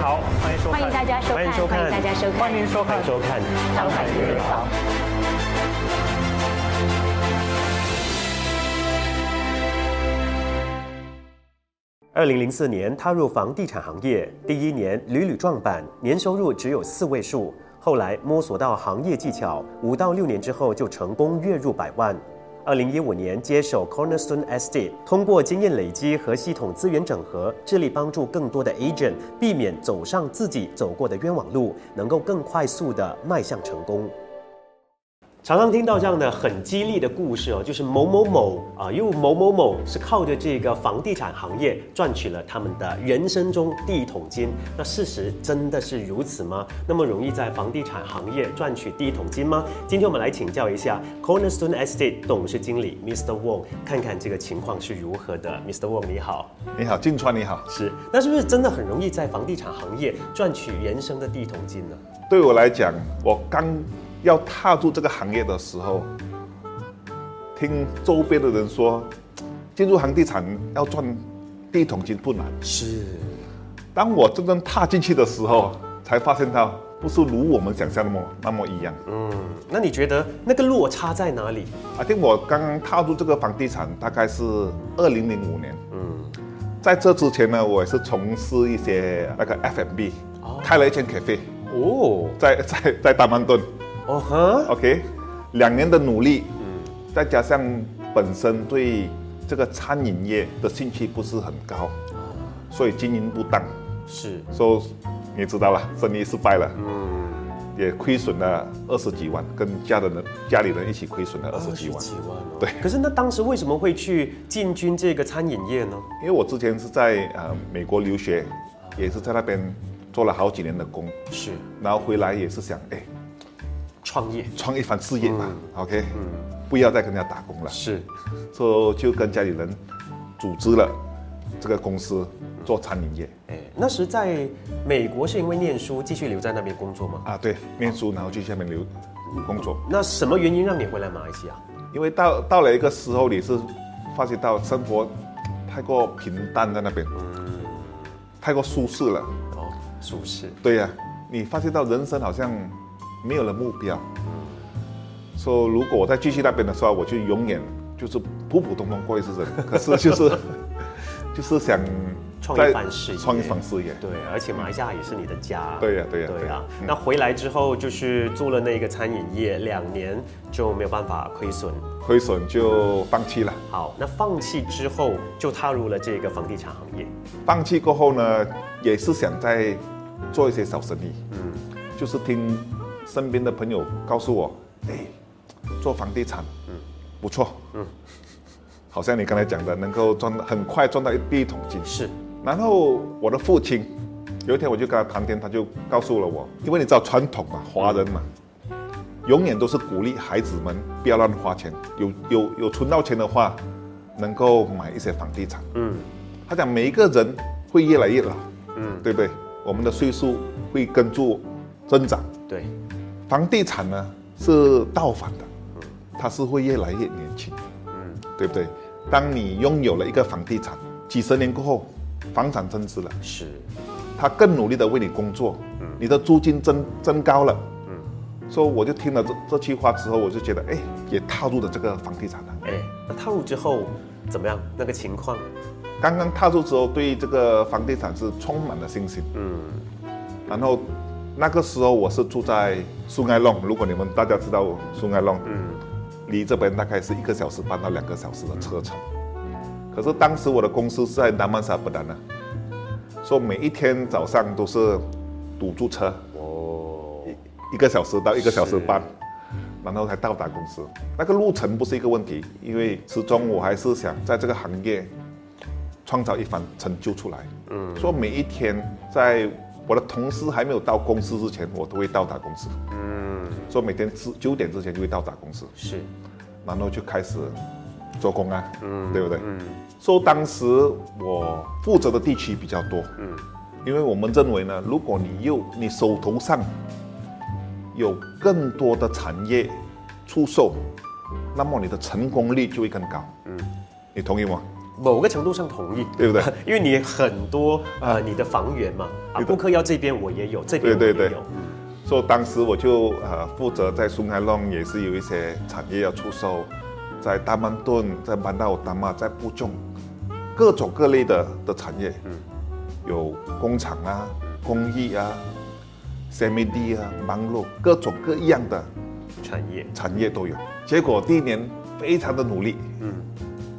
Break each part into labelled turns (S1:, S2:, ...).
S1: 好，欢迎收看，
S2: 欢迎大家收看
S1: 欢迎收看，
S2: 欢迎大家收看
S1: 欢迎收看，
S3: 收看《
S2: 上海日日报》。
S3: 二零零四年踏入房地产行业，第一年屡屡撞板，年收入只有四位数。后来摸索到行业技巧，五到六年之后就成功月入百万。二零一五年接手 Cornerstone Estate，通过经验累积和系统资源整合，致力帮助更多的 agent 避免走上自己走过的冤枉路，能够更快速的迈向成功。常常听到这样的很激励的故事哦，就是某某某啊，又某某某是靠着这个房地产行业赚取了他们的人生中第一桶金。那事实真的是如此吗？那么容易在房地产行业赚取第一桶金吗？今天我们来请教一下 Cornerstone Estate 董事经理 Mr. Wong，看看这个情况是如何的。Mr. Wong 你好，
S4: 你好，静川你好。
S3: 是，那是不是真的很容易在房地产行业赚取人生的第一桶金呢？
S4: 对我来讲，我刚要踏入这个行业的时候，听周边的人说，进入房地产要赚第一桶金不难。
S3: 是，
S4: 当我真正踏进去的时候，才发现到不是如我们想象那么那么一样。
S3: 嗯，那你觉得那个落差在哪里？
S4: 啊，听我刚刚踏入这个房地产，大概是二零零五年。嗯，在这之前呢，我也是从事一些那个 F&B，、
S3: 哦
S4: 开了一间 cafe，
S3: 哦，
S4: 在在在大曼顿。
S3: 哦哈，
S4: OK，两年的努力，再加上本身对这个餐饮业的兴趣不是很高，所以经营不当，
S3: 是
S4: 所、so, 你也知道了，生意失败了，也亏损了二十几万，跟家人家里人一起亏损了二十几万。
S3: 几万哦。
S4: 对
S3: 可是那当时为什么会去进军这个餐饮业呢？
S4: 因为我之前是在呃美国留学，也是在那边做了好几年的工，
S3: 是
S4: 然后回来也是想，哎，
S3: 创业，
S4: 创一番事业吧、o k 不要再跟人家打工了。
S3: 是
S4: 所以就跟家里人组织了这个公司做餐饮业
S3: 哎，那时在美国是因为念书继续留在那边工作吗？
S4: 啊，对，念书然后去下面留工作，
S3: 那什么原因让你回来马来西亚？
S4: 因为到到了一个时候，你是发觉到生活太过平淡在那边，太过舒适了，
S3: 哦，舒适，
S4: 对呀、你发觉到人生好像没有了目标，说、如果我再继续那边的时候，我就永远就是普普通通过一次人，可是就是就是想
S3: 创一
S4: 再
S3: 番事业
S4: 创一番事业，
S3: 对，而且马来西亚也是你的家。
S4: 对呀对呀
S3: 对
S4: 对
S3: 呀嗯
S4: 呀。
S3: 那回来之后就是做了那个餐饮业，两年就没有办法亏损。
S4: 亏损就放弃了。
S3: 好，那放弃之后就踏入了这个房地产行业。
S4: 放弃过后呢，也是想再做一些小生意。嗯，就是听身边的朋友告诉我，哎，做房地产，嗯，不错，嗯，好像你刚才讲的，能够赚很快赚到一第一桶金。
S3: 是，
S4: 然后我的父亲，有一天我就跟他谈天，他就告诉了我，因为你知道传统嘛，华人嘛，永远都是鼓励孩子们不要乱花钱，有有有存到钱的话，能够买一些房地产。
S3: 嗯，
S4: 他讲每一个人会越来越老，嗯，对不对？我们的岁数会跟住增长，
S3: 对，
S4: 房地产呢是倒反的，它是会越来越年轻，嗯，对不对？当你拥有了一个房地产，几十年过后，房产增值了，
S3: 是，
S4: 他更努力的为你工作，你的租金增增高了，嗯，所以我就听了这这句话之后，我就觉得，哎，也踏入了这个房地产了。
S3: 哎，那踏入之后怎么样？那个情况，
S4: 刚刚踏入之后，对这个房地产是充满了信心。嗯，然后那个时候我是住在苏埃弄，如果你们大家知道苏埃弄，嗯，离这边大概是一个小时半到两个小时的车程。可是当时我的公司是在南曼沙布兰呢，所以每一天早上都是堵住车，
S3: 哦，
S4: 一个小时到一个小时半，然后才到达公司。那个路程不是一个问题，因为始终我还是想在这个行业创造一番成就出来。嗯，所以每一天在我的同事还没有到公司之前，我都会到达公司。嗯，所以每天之九点之前就会到达公司。
S3: 是，
S4: 然后就开始做工啊，嗯，对不对？嗯，所、以当时我负责的地区比较多，嗯，因为我们认为呢，如果你有你手头上有更多的产业出售，那么你的成功率就会更高，嗯，你同意吗？
S3: 某个程度上同意，
S4: 对不对？
S3: 因为你很多呃你的房源嘛，啊，
S4: 对的
S3: 顾客要这边我也有，这边我也
S4: 对
S3: 有，
S4: 对对所以当时我就呃负责在苏开弄也是有一些产业要出售，在大曼顿、在班达达玛、在布中，各种各类的的产业，嗯，有工厂啊、工艺啊、CMD 啊、忙碌各种各样的
S3: 产业，
S4: 产业都有。结果第一年非常的努力，嗯，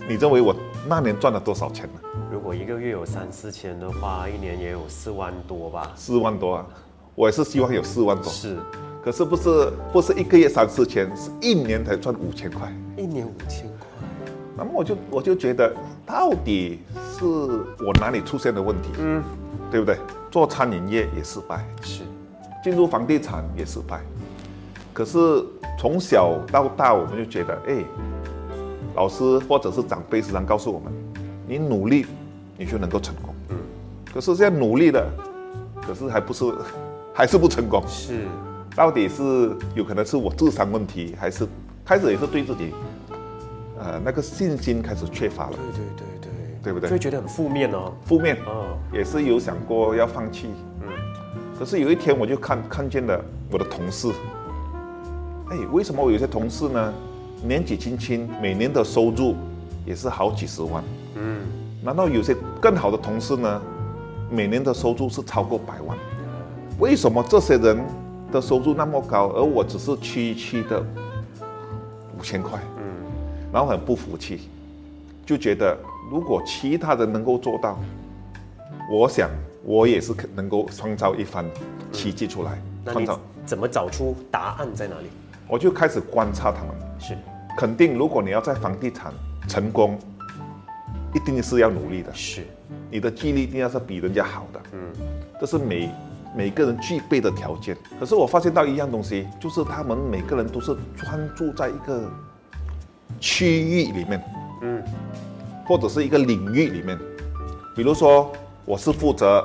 S4: 你认为我那年赚了多少钱呢？
S3: 如果一个月有三四千的话，一年也有四万多吧？
S4: 四万多啊！我也是希望有四万多，
S3: 是，
S4: 可是不是不是一个月三四千，是一年才赚五千块。
S3: 一年五千块，
S4: 那么我就我就觉得，到底是我哪里出现的问题？嗯，对不对？做餐饮业也失败，
S3: 是，
S4: 进入房地产也失败。可是从小到大，我们就觉得，哎，老师或者是长辈时常告诉我们，你努力，你就能够成功。嗯。可是现在努力了，可是还不是， 还是不成功。
S3: 是，
S4: 到底是有可能是我智商问题，还是开始也是对自己，呃，那个信心开始缺乏了
S3: 对，对对对，
S4: 对不
S3: 就
S4: 对
S3: 会？觉得很负面哦。
S4: 负面
S3: 哦，
S4: 也是有想过要放弃，嗯。可是有一天我就看看见了我的同事，哎，为什么我有些同事呢，年纪轻轻，每年的收入也是好几十万，嗯。难道有些更好的同事呢，每年的收入是超过百万？为什么这些人的收入那么高，而我只是区区的五千块？嗯，然后很不服气，就觉得如果其他人能够做到，我想我也是可能够创造一番奇迹出来。
S3: 那
S4: 创
S3: 你
S4: 造，
S3: 怎么找出答案在哪里？
S4: 我就开始观察他们。
S3: 是，
S4: 肯定，如果你要在房地产成功，一定是要努力的。
S3: 是，
S4: 你的记忆力一定要是比人家好的，嗯，这是每每个人具备的条件。可是我发现到一样东西，就是他们每个人都是专注在一个区域里面，
S3: 嗯，
S4: 或者是一个领域里面。比如说，我是负责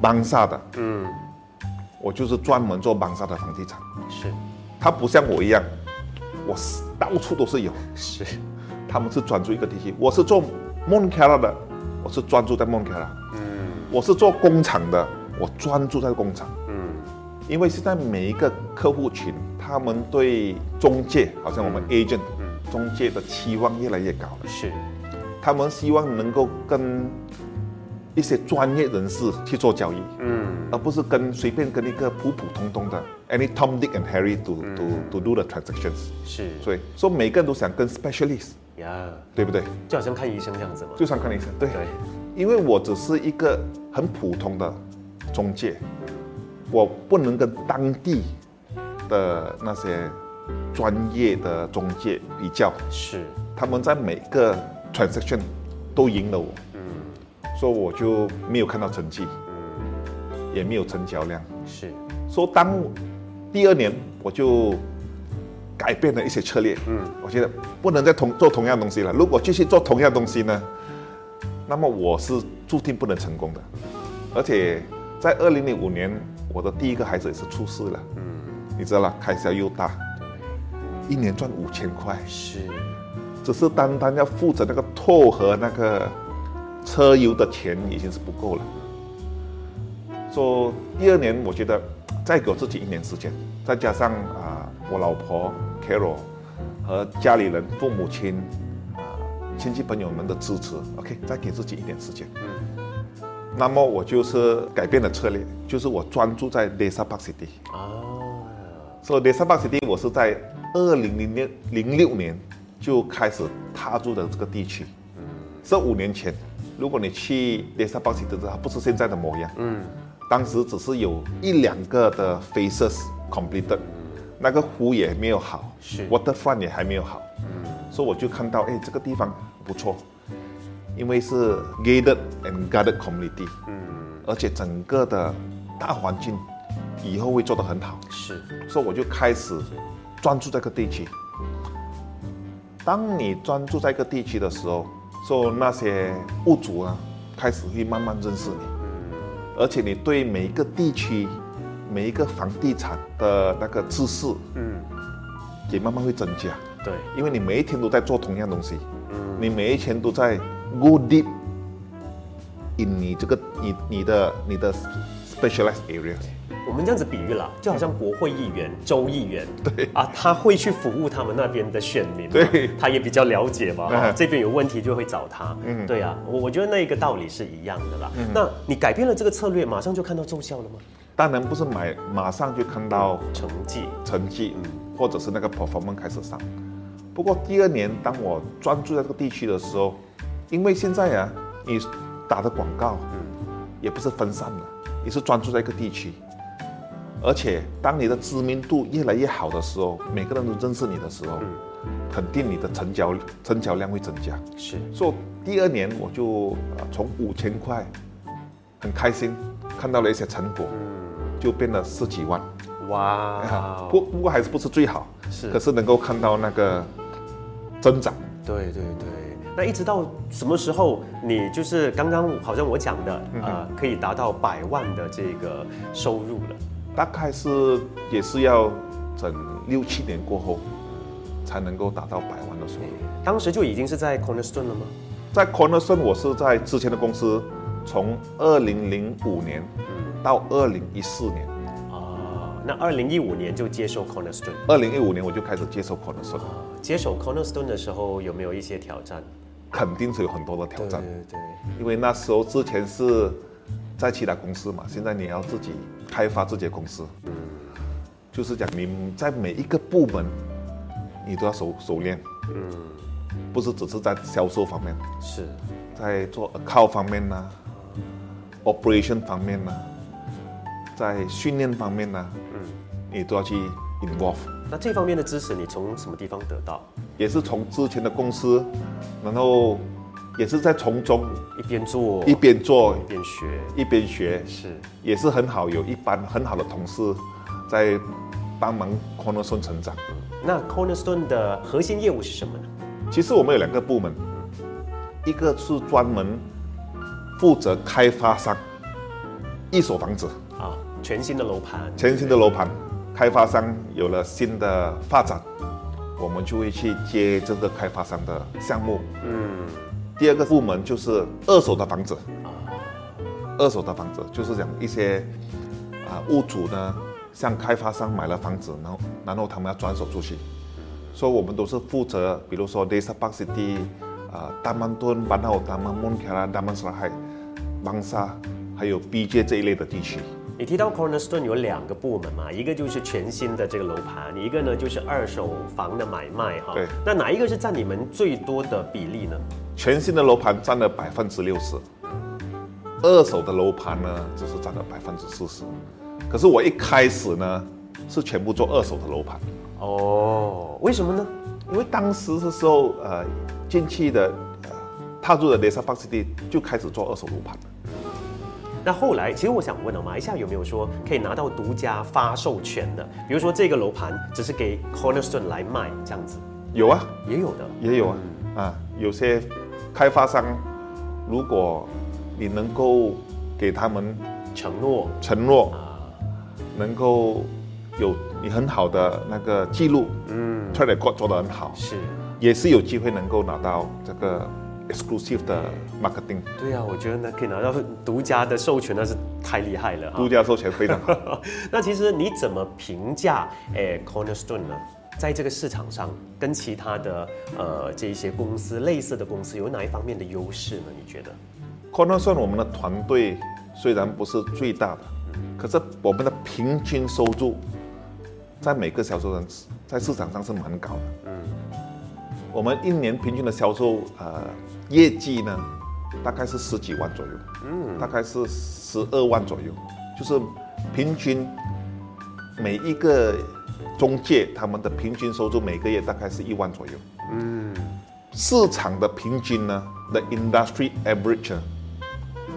S4: 邦萨的，
S3: 嗯，
S4: 我就是专门做邦萨的房地产。
S3: 是，
S4: 他不像我一样，我是到处都是有，
S3: 是，
S4: 他们是专注一个地区。我是做 Mon c a r a 的，我是专注在 Mon c a r a
S3: 嗯
S4: 我是做工厂的，我专注在工厂，
S3: 嗯，
S4: 因为现在每一个客户群，他们对中介，好像我
S3: 嗯
S4: 们 agent，、中介的期望越来越高了，
S3: 是，
S4: 他们希望能够跟一些专业人士去做交易，
S3: 嗯，
S4: 而不是跟随便跟一个普普通通的 any Tom Dick and Harry to to to do the transactions，
S3: 是，
S4: 所以说每个人都想跟 specialist，
S3: 呀，
S4: 对不对？
S3: 就好像看医生这样子嘛。
S4: 就想看医生，对。
S3: 对，
S4: 因为我只是一个很普通的中介，我不能跟当地的那些专业的中介比较，
S3: 是，
S4: 他们在每个 transaction 都赢了我，
S3: 嗯
S4: 所以我就没有看到成绩，
S3: 嗯，
S4: 也没有成交量。
S3: 是，
S4: 所以当第二年我就改变了一些策略，
S3: 嗯，
S4: 我觉得不能再同做同样东西了。如果继续做同样东西呢，那么我是注定不能成功的。而且在二零零五年，我的第一个孩子也是出世了，
S3: 嗯
S4: 你知道了，开销又大，一年赚五千块，
S3: 是，
S4: 只是单单要负责那个拓和那个车油的钱已经是不够了。说、第二年，我觉得再给我自己一年时间，再加上啊、我老婆 Carol 和家里人、父母亲啊、亲戚朋友们的支持，OK，再给自己一点时间。
S3: 嗯
S4: 那么我就是改变了策略，就是我专注在 Desa Park City。
S3: 啊，
S4: 所以 Desa Park City 我是在二零零六零六年就开始踏入的这个地区。这五年前，如果你去 Desa Park City，它不是现在的模样。
S3: 嗯
S4: 当时只是有一两个的 faces completed，那个湖也没有好，
S3: 是嗯
S4: waterfront 也还没有好，所以我就看到，哎，这个地方不错，因为是 gated and guarded community，
S3: 嗯
S4: 而且整个的大环境以后会做得很好，
S3: 是，
S4: 所以我就开始专注这个地区。当你专注在一个地区的时候，所以那些物主啊，开始会慢慢认识你。
S3: 嗯
S4: 而且你对每一个地区、每一个房地产的那个知识
S3: 嗯
S4: 也慢慢会增加，
S3: 对，
S4: 因为你每一天都在做同样东西，你每一天都在 go deep in 你这个你你的你的 specialized area。
S3: 我们这样子比喻啦，就好像国会议员、州议员，对啊，他会去服务他们那边的选民嘛，
S4: 对
S3: 他也比较了解嘛，
S4: 嗯
S3: 哦这边有问题就会找他，嗯，对啊，我我觉得那一个道理是一样的啦。那你改变了这个策略，马上就看到奏效了吗？
S4: 当然不是买马上就看到
S3: 成绩，
S4: 成绩，嗯或者是那个 performance 开始上。不过第二年，当我专注在这个地区的时候，因为现在啊，你打的广告，也不是分散了，你是专注在一个地区。而且，当你的知名度越来越好的时候，每个人都认识你的时候，肯定你的成交成交量会增加。
S3: 是
S4: 所以第二年我就呃从五千块，很开心看到了一些成果，就变了十几万。
S3: 哇，
S4: 不不过还是不是最好，
S3: 啊是
S4: 可是能够看到那个增长。
S3: 对对对，那一直到什么时候，你就是刚刚好像我讲的，
S4: 嗯
S3: 呃，可以达到百万的这个收入了。
S4: 大概是也是要整六七年过后，才能够达到百万的收
S3: 哎
S4: 入。
S3: 当时就已经是在 Cornerstone 了吗？
S4: 在 Cornerstone，我是在之前的公司，从二零零五年到二零一四年，
S3: 啊，那二零一五年就接手 Cornerstone。
S4: 二零一五年我就开始接受 Cornerstone，
S3: 啊接手 Cornerstone 的时候有没有一些挑战？
S4: 肯定是有很多的挑战，
S3: 对，
S4: 因为那时候之前是在其他公司嘛，现在你要自己开发自己的公司，就是讲你在每一个部门，你都要熟熟练，不是只是在销售方面，
S3: 是
S4: 在做 account 方面呐、o p e r a t i o n 方面呐、在训练方面呐、你都要去 involve，
S3: 那这方面的支持你从什么地方得到？
S4: 也是从之前的公司，然后也是在从中
S3: 一边做
S4: 一边做
S3: 一边学，
S4: 一边学，
S3: 是
S4: 也是很好，有一班很好的同事在帮忙 Cornerstone 成长。
S3: 那 Cornerstone 的核心业务是什么呢？
S4: 其实我们有两个部门，一个是专门负责开发商一手房子，
S3: 啊，全新的楼盘，
S4: 全新的楼盘，开发商有了新的发展，我们就会去接这个开发商的项目。嗯，第二个部门就是二手的房子，二手的房子就是讲一些啊屋主呢向开发商买了房子，然后然后他们要转手出去，所以我们都是负责，比如说 Desa Park City 啊、大曼顿、班奥、大曼蒙、卡拉、大曼沙海、邦沙，还有 BJ 这一类的地区。
S3: 你提到 Cornerstone 有两个部门嘛，一个就是全新的这个楼盘，一个呢就是二手房的买卖哈。
S4: 对
S3: 那哪一个是占你们最多的比例呢？
S4: 全新的楼盘占了百分之六十，二手的楼盘呢，就是占了百分之四十。可是我一开始呢，是全部做二手的楼盘，
S3: 哦，为什么呢？
S4: 因为当时的时候，呃，进去的，呃，踏入了 Lesa Park City 就开始做二手楼盘了。
S3: 那后来，其实我想问啊，马来西亚有没有说可以拿到独家发售权的？比如说这个楼盘只是给 Cornerstone 来卖这样子，
S4: 有啊，
S3: 也有的。
S4: 也有啊，啊，有些开发商，如果你能够给他们
S3: 承诺
S4: 承诺，能够有你很好的那个记录，嗯，track record 做得很好，
S3: 是，
S4: 也是有机会能够拿到这个 exclusive 的 marketing
S3: 对啊，我觉得呢可以拿到独家的授权，那是太厉害了
S4: 独家授权非常好。
S3: 哈。 那其实你怎么评价诶 Cornerstone 呢？在这个市场上，跟其他的呃这一些公司类似的公司有哪一方面的优势呢？你觉得？
S4: Cornerstone 我们的团队虽然不是最大的，可是我们的平均收入在每个销售人在市场上是蛮高的。嗯，我们一年平均的销售呃业绩呢，大概是十几万左右，嗯，大概是十二万左右，就是平均每一个中介他们的平均收入每个月大概是一万左右。嗯市场的平均呢，the industry average 呢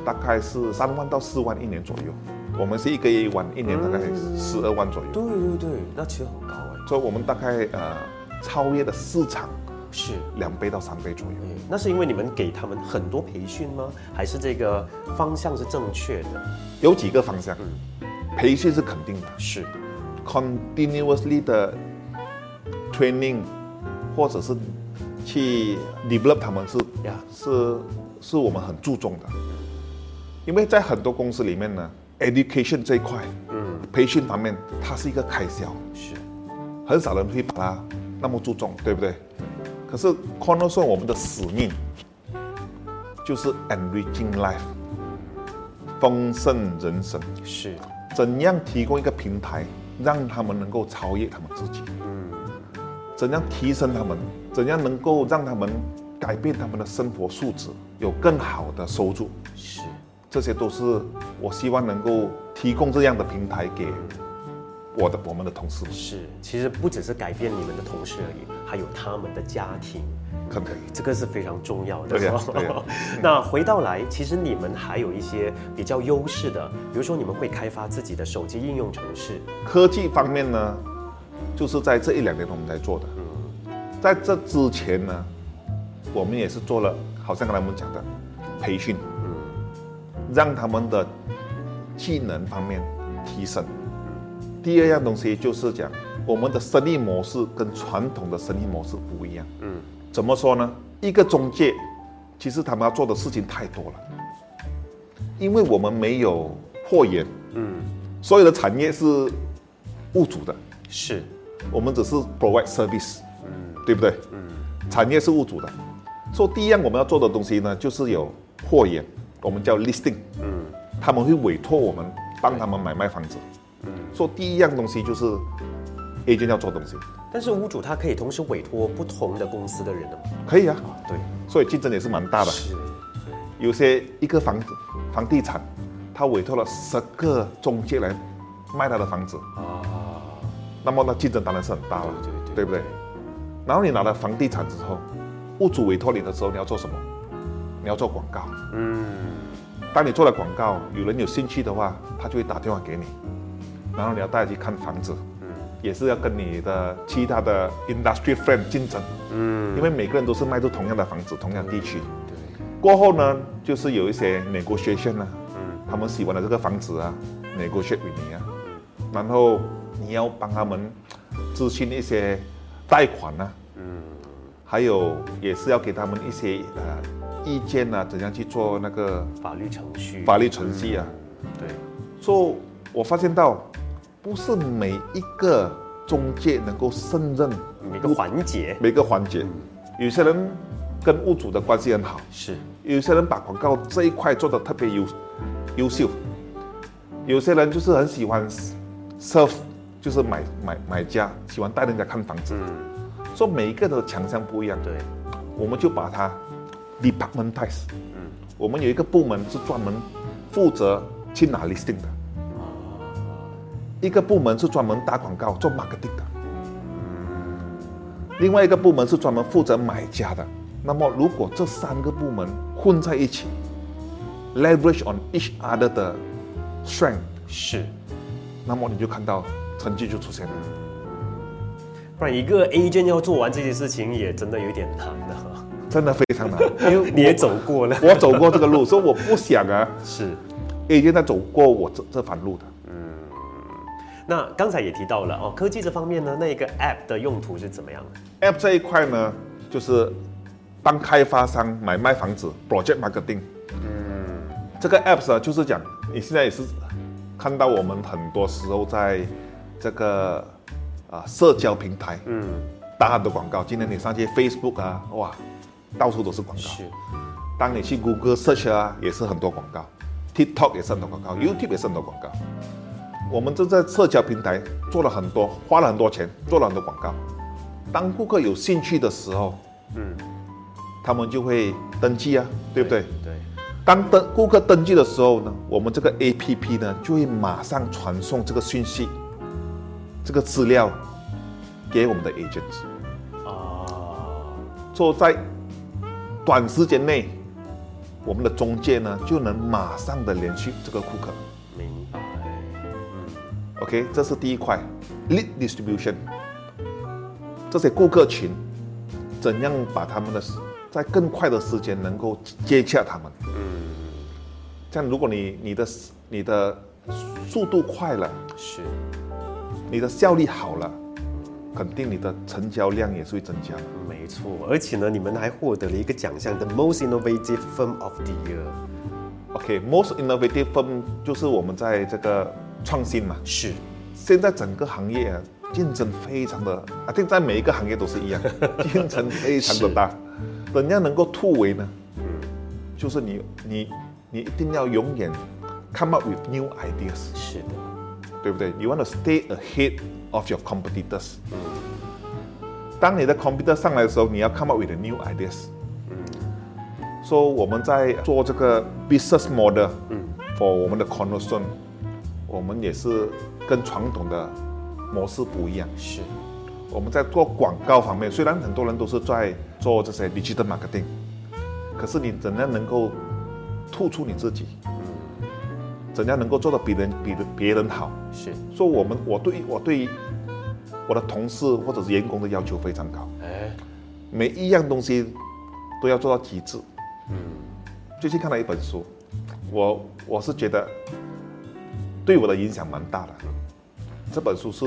S4: 大概是三万到四万一年左右。我们是一个月一万，一年大概十二万左右，
S3: 对对对，那其实很高哎。
S4: 所以我们大概呃超越了市场
S3: 是，
S4: 两倍到三倍左右。
S3: 嗯那是因为你们给他们很多培训吗？还是这个方向是正确的？
S4: 有几个方向，培训是肯定的
S3: 是，
S4: ，continuously 的 training，或者是去 develop 他们是
S3: 呀
S4: 是是我们很注重的，因为在很多公司里面呢，education 这一块，嗯，培训方面它是一个开销，
S3: 是，
S4: 很少人会把它那么注重，对不对？可是 Cornerstone 我们的使命就是 enriching life，丰盛人生。
S3: 是，
S4: 怎样提供一个平台，让他们能够超越他们自己？嗯，怎样提升他们？怎样能够让他们改变他们的生活素质，有更好的收入？
S3: 是，
S4: 这些都是我希望能够提供这样的平台给我的我们的同事们，
S3: 是。其实不只是改变你们的同事而已，还有他们的家庭。
S4: 可不可以？
S3: 这个是非常重要的。
S4: 对 呀对呀
S3: 那回到来，其实你们还有一些比较优势的，比如说你们会开发自己的手机应用程式，
S4: 科技方面呢，就是在这一两年我们才做的。在这之前呢，我们也是做了，好像刚才我们讲的培训，让他们的技能方面提升。第二样东西就是讲我们的生意模式跟传统的生意模式不一样。嗯，怎么说呢？一个中介，其实他们要做的事情太多了，因为我们没有货源，嗯，所有的产业是物主的，
S3: 是
S4: 我们只是 provide service，对不对？产业是物主的，所以第一样我们要做的东西呢，就是有货源，我们叫 listing，他们会委托我们帮他们买卖房子，所以第一样东西就是 agent 要做东西，
S3: 但是屋主他可以同时委托不同的公司的人的嘛？
S4: 可以啊，
S3: 对，
S4: 所以竞争也是蛮大的，
S3: 是，
S4: 有些一个房子房地产，他委托了十个中介来卖他的房子，
S3: 啊，
S4: 那么那竞争当然是很大了，
S3: 对对对
S4: 不对？然后你拿了房地产之后，物主委托你的时候，你要做什么？你要做广告。嗯。当你做了广告，有人有兴趣的话，他就会打电话给你，然后你要带他去看房子。嗯。也是要跟你的其他的 industry friend 竞争。嗯。因为每个人都是卖出同样的房子，同样地区。
S3: 对，
S4: 过后呢，就是有一些美国学生呢，啊
S3: 嗯
S4: 他们喜欢的这个房子啊，美国学与你啊，
S3: 嗯
S4: 然后你要帮他们咨询一些贷款啊，嗯，还有也是要给他们一些呃意见啊，怎样去做那个
S3: 法律程序，
S4: 法律程序啊，
S3: 对，
S4: 所以我发现到，不是每一个中介能够胜任
S3: 每个环节嗯
S4: 每个环节，有些人跟屋主的关系很好。
S3: 是
S4: 有些人把广告这一块做得特别优优秀，有些人就是很喜欢 serve，就是买买买家，喜欢带人家看房子。所以每一个的强项不一样，
S3: 对，
S4: 我们就把它 departmentize。我们有一个部门是专门负责去拿 listing 的，一个部门是专门打广告做 marketing 的，另外一个部门是专门负责买家的。那么如果这三个部门混在一起，leverage on each other 的 strength，
S3: 是。
S4: 那么你就看到成绩就出现了。
S3: 不然一个 agent 要做完这些事情也真的有点难的，
S4: 真的非常难，因为
S3: 你也走过了，
S4: 我走过这个路，所以我不想啊，
S3: 是。
S4: 也现在走过我这这番路的。
S3: 那刚才也提到了哦，科技这方面呢，那个 app 的用途是怎么样的？
S4: App 这一块呢，就是帮开发商买卖房子，project marketing。嗯，这个 App 呢，就是讲你现在也是看到我们很多时候在这个啊、社交平台，嗯，打很多广告。今天你上去 Facebook 啊，哇，到处都是广告。当你去 Google search 啊，也是很多广告，TikTok 也是很多广告，YouTube 也是很多广告。我们正在社交平台做了很多，花了很多钱，做了很多广告。当顾客有兴趣的时候，嗯，他们就会登记啊，对不对？
S3: 对，
S4: 当登顾客登记的时候呢，我们这个 A P P 呢就会马上传送这个讯息、这个资料给我们的 agents。
S3: 啊，
S4: 说在短时间内，我们的中介呢就能马上的联系这个顾客。
S3: 明白。
S4: OK，这是第一块，lead distribution，这些顾客群怎样把他们的时在更快的时间能够接洽他们？嗯，这样如果你你的你的速度快了，
S3: 是，
S4: 你的效率好了，肯定你的成交量也是会增加的。
S3: 没错，而且呢，你们还获得了一个奖项，The Most Innovative Firm of the Year。
S4: OK，most、innovative firm 就是我们在这个创新嘛。
S3: 是，
S4: 现在整个行业啊，竞争非常的，啊，定在每一个行业都是一样，竞争非常的大。怎样能够突围呢？就是你你你一定要永远 come up with new ideas。
S3: 是的，
S4: 对不对？You want to stay ahead of your competitors。当你的 computer 上来的时候，你要 come up with a new ideas。说、我们在做这个 business model，f o r 我们的 conversion，我们也是跟传统的模式不一样。
S3: 是，
S4: 我们在做广告方面，虽然很多人都是在做这些 digital marketing，可是你怎样能够突出你自己？怎样能够做到比人比人别人好？
S3: 是，
S4: 所以我们我对我对我的同事或者是员工的要求非常高，
S3: 哎，
S4: 每一样东西都要做到极致。
S3: 嗯
S4: 最近看了一本书，我我是觉得对我的影响蛮大的。这本书是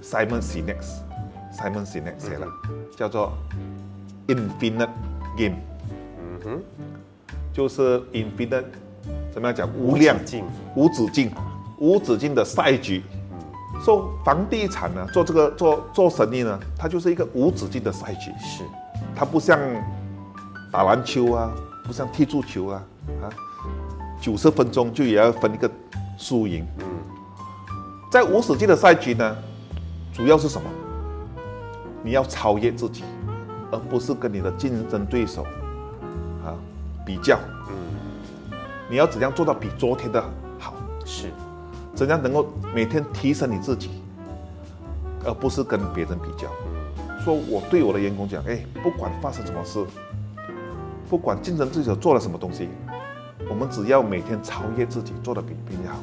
S4: Simon Sinek，Simon Sinek 写的，叫做《Infinite Game》。
S3: 嗯哼，
S4: 就是 infinite，怎么样讲？无量
S3: 无止境、
S4: 无止境、无止境的赛局。so, 房地产呢，做这个做做生意呢，它就是一个无止境的赛局。
S3: 是，
S4: 它不像打篮球啊，不像踢足球啊，啊，九十分钟就也要分一个输赢。嗯，在无止境的赛局呢，主要是什么？你要超越自己，而不是跟你的竞争对手啊比较。嗯，你要怎样做到比昨天的好？
S3: 是，
S4: 怎样能够每天提升你自己，而不是跟别人比较。说我对我的员工讲，哎，不管发生什么事，不管竞争对手做了什么东西，我们只要每天超越自己，做得比别人好，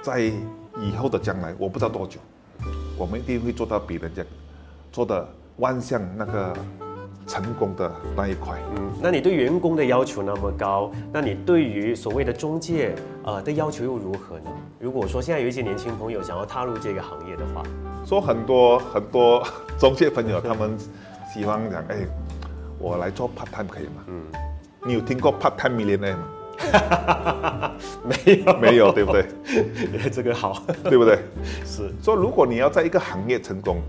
S4: 在以后的将来，我不知道多久，我们一定会做到比人家做的万向那个成功的那一块。
S3: 嗯，那你对员工的要求那么高，那你对于所谓的中介呃的要求又如何呢？如果说现在有一些年轻朋友想要踏入这个行业的话，
S4: 说很多很多中介朋友他们喜欢讲，哎，我来做 part time 可以吗？嗯，你有听过 part time millionaire 吗？
S3: 没有，
S4: 没有，对不对？
S3: 有， 这个好，
S4: 对不对？
S3: 是，
S4: 说如果你要在一个行业成功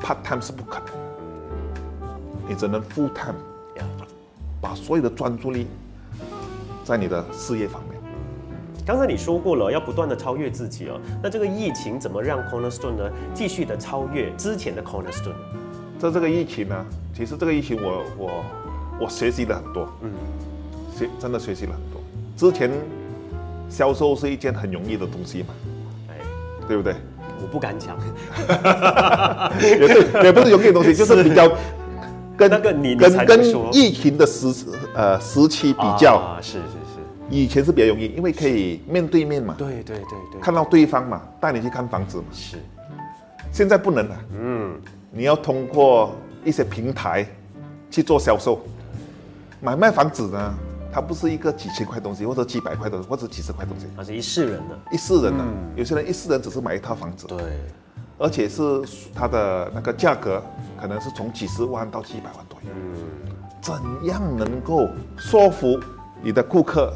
S4: ，part time 是不可能的，你只能 full time，
S3: 呀
S4: 把所有的专注力在你的事业方面。
S3: 刚才你说过了，要不断的超越自己哦。那这个疫情怎么让 Cornerstone 呢继续的超越之前的 Cornerstone？
S4: 在这个疫情呢，其实这个疫情我我我学习了很多，嗯，学真的学习了很多。之前销售是一件很容易的东西嘛，
S3: 哎，
S4: 对不对？
S3: 我不敢讲，
S4: 也对，也 不是容易的东西，就是比较跟
S3: 那个你你才
S4: 跟
S3: 能
S4: 跟
S3: 说
S4: 疫情的时呃时期比较，
S3: 啊，是是是，
S4: 以前是比较容易，因为可以面对面嘛，
S3: 对对对对，
S4: 看到对方嘛，带你去看房子嘛。
S3: 是，
S4: 现在不能了，嗯，你要通过一些平台去做销售，买卖房子呢，它不是一个几千块东西，或者几百块的，或者几十块东西，
S3: 那是一世人呢，
S4: 一世人呢，啊
S3: 嗯
S4: 有些人一世人只是买一套房子，
S3: 对，
S4: 而且是它的那个价格可能是从几十万到几百万左右。怎样能够说服你的顾客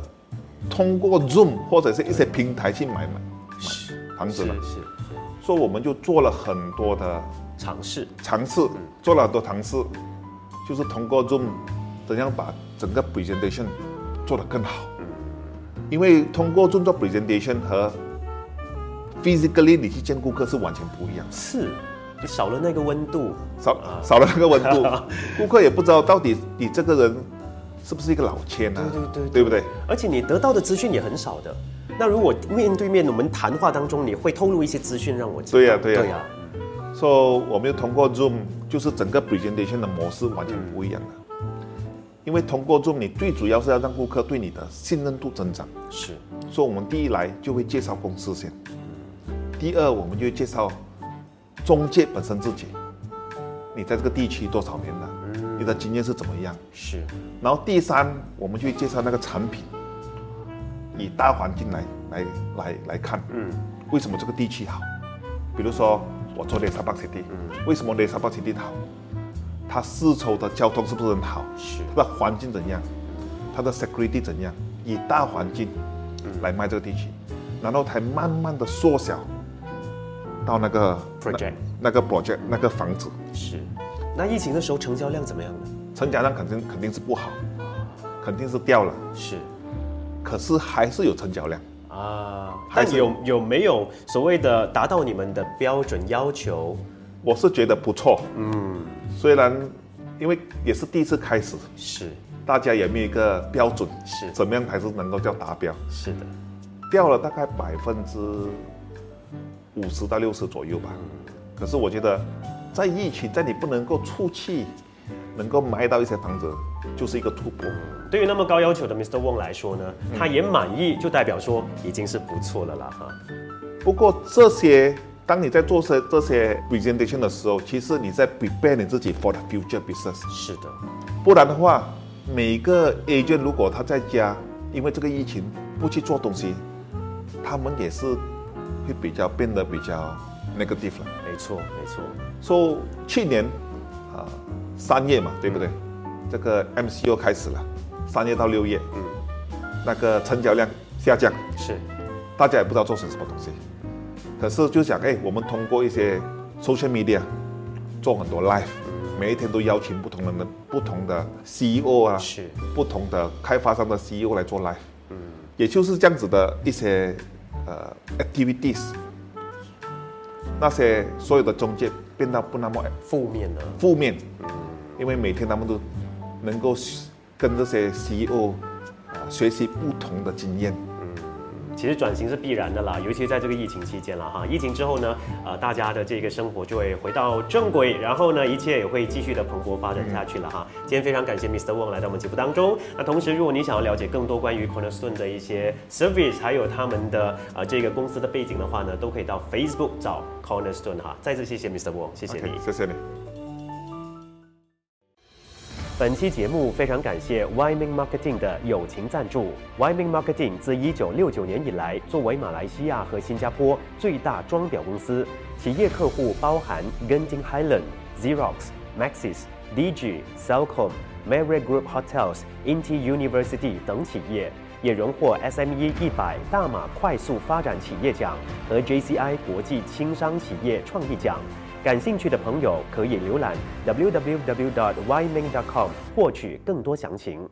S4: 通过 Zoom 或者是一些平台去买买
S3: 是
S4: 房子
S3: 是
S4: 呢？
S3: 是
S4: 所以我们就做了很多的
S3: 尝试，
S4: 尝试，做了很多尝试，就是通过 Zoom 怎样把整个 presentation 做得更好。因为通过 Zoom 做 presentation 和 physically 你去见顾客是完全不一样的。
S3: 是，就少了那个温度，
S4: 少
S3: 啊
S4: 少了那个温 度，顾客也不知道到底你这个人是不是一个老千啊？
S3: 对对对对
S4: 不对？
S3: 而且你得到的资讯也很少的。那如果面对面我们谈话当中，你会透露一些资讯让我知道？
S4: 对呀对呀
S3: 对呀，
S4: 所以我们就通过 Zoom，就是整个 presentation 的模式完全不一样了。因为通过 Zoom，你最主要是要让顾客对你的信任度增长。
S3: 是，
S4: 所以我们第一来就会介绍公司先，第二我们就会介绍中介本身自己，你在这个地区多少年了，
S3: 嗯
S4: 你的经验是怎么样？
S3: 是，
S4: 然后第三，我们就会介绍那个产品，以大环境来来来来看，嗯，为什么这个地区好？比如说我做 Desa Park City，、为什么 Desa Park City 好？它丝绸的交通是不是很好？
S3: 是
S4: 它的环境怎样？它的 security 怎样？以大环境来卖这个地区，然后才慢慢的缩小到那个
S3: Project
S4: 那、那个 project 那个房子，
S3: 是。那疫情的时候成交量怎么样呢？
S4: 成交量肯定肯定是不好，肯定是掉了，
S3: 是
S4: 可是还是有成交量。
S3: 啊，
S4: 还
S3: 但
S4: 是
S3: 有有没有所谓的达到你们的标准要求？
S4: 我是觉得不错，嗯，虽然因为也是第一次开始，
S3: 是
S4: 大家也没有一个标准，
S3: 是
S4: 怎么样才是能够叫达标？
S3: 是的，
S4: 掉了大概百分之五十到六十左右吧。可是我觉得，在疫情，在你不能够出去，能够买到一些房子，就是一个突破。
S3: 对于那么高要求的 Mr. Wong 来说呢，他也满意，就代表说已经是不错了啦哈。
S4: 不过这些，当你在做这这些 presentation 的时候，其实你在 prepare 你自己 for the future business。
S3: 是的，
S4: 不然的话，每个 agent 如果他在家，因为这个疫情不去做东西，他们也是会比较变得比较 negative 了。
S3: 没错没错，
S4: 说、去年啊三、月嘛，对不对？这个 MCO 开始了，三月到六月，嗯，那个成交量下降，
S3: 是
S4: 大家也不知道做成什么东西。可是就想，哎，我们通过一些 social media 做很多 live，每一天都邀请不同的人、不同的 CEO 啊，
S3: 是
S4: 不同的开发商的 CEO 来做 live。嗯，也就是这样子的一些呃 activities，那些所有的中介变得不那么
S3: 负面呢？
S4: 负面，因为每天他们都能够跟这些 CEO 啊、学习不同的经验。
S3: 其实转型是必然的啦，尤其在这个疫情期间了哈。疫情之后呢，呃，大家的这个生活就会回到正轨，然后呢，一切也会继续的蓬勃发展下去了哈。今天非常感谢 Mr. Wong 来到我们节目当中。那同时，如果你想要了解更多关于 Cornerstone 的一些 service，还有他们的呃这个公司的背景的话呢，都可以到 Facebook 找 Cornerstone 哈。再次谢谢 Mr. Wong，谢谢你。
S4: OK，谢谢你。
S3: 本期节目非常感谢 Wyman Marketing 的友情赞助。Wyman Marketing 自1969年以来，作为马来西亚和新加坡最大装裱公司，企业客户包含 Genting Highland、Xerox、Maxis、DG、Cellcom、Marriott Group Hotels、Inti University 等企业，也荣获 SME 一百大马快速发展企业奖和 JCI 国际轻商企业创意奖。感兴趣的朋友可以浏览 www.yming.com 获取更多详情。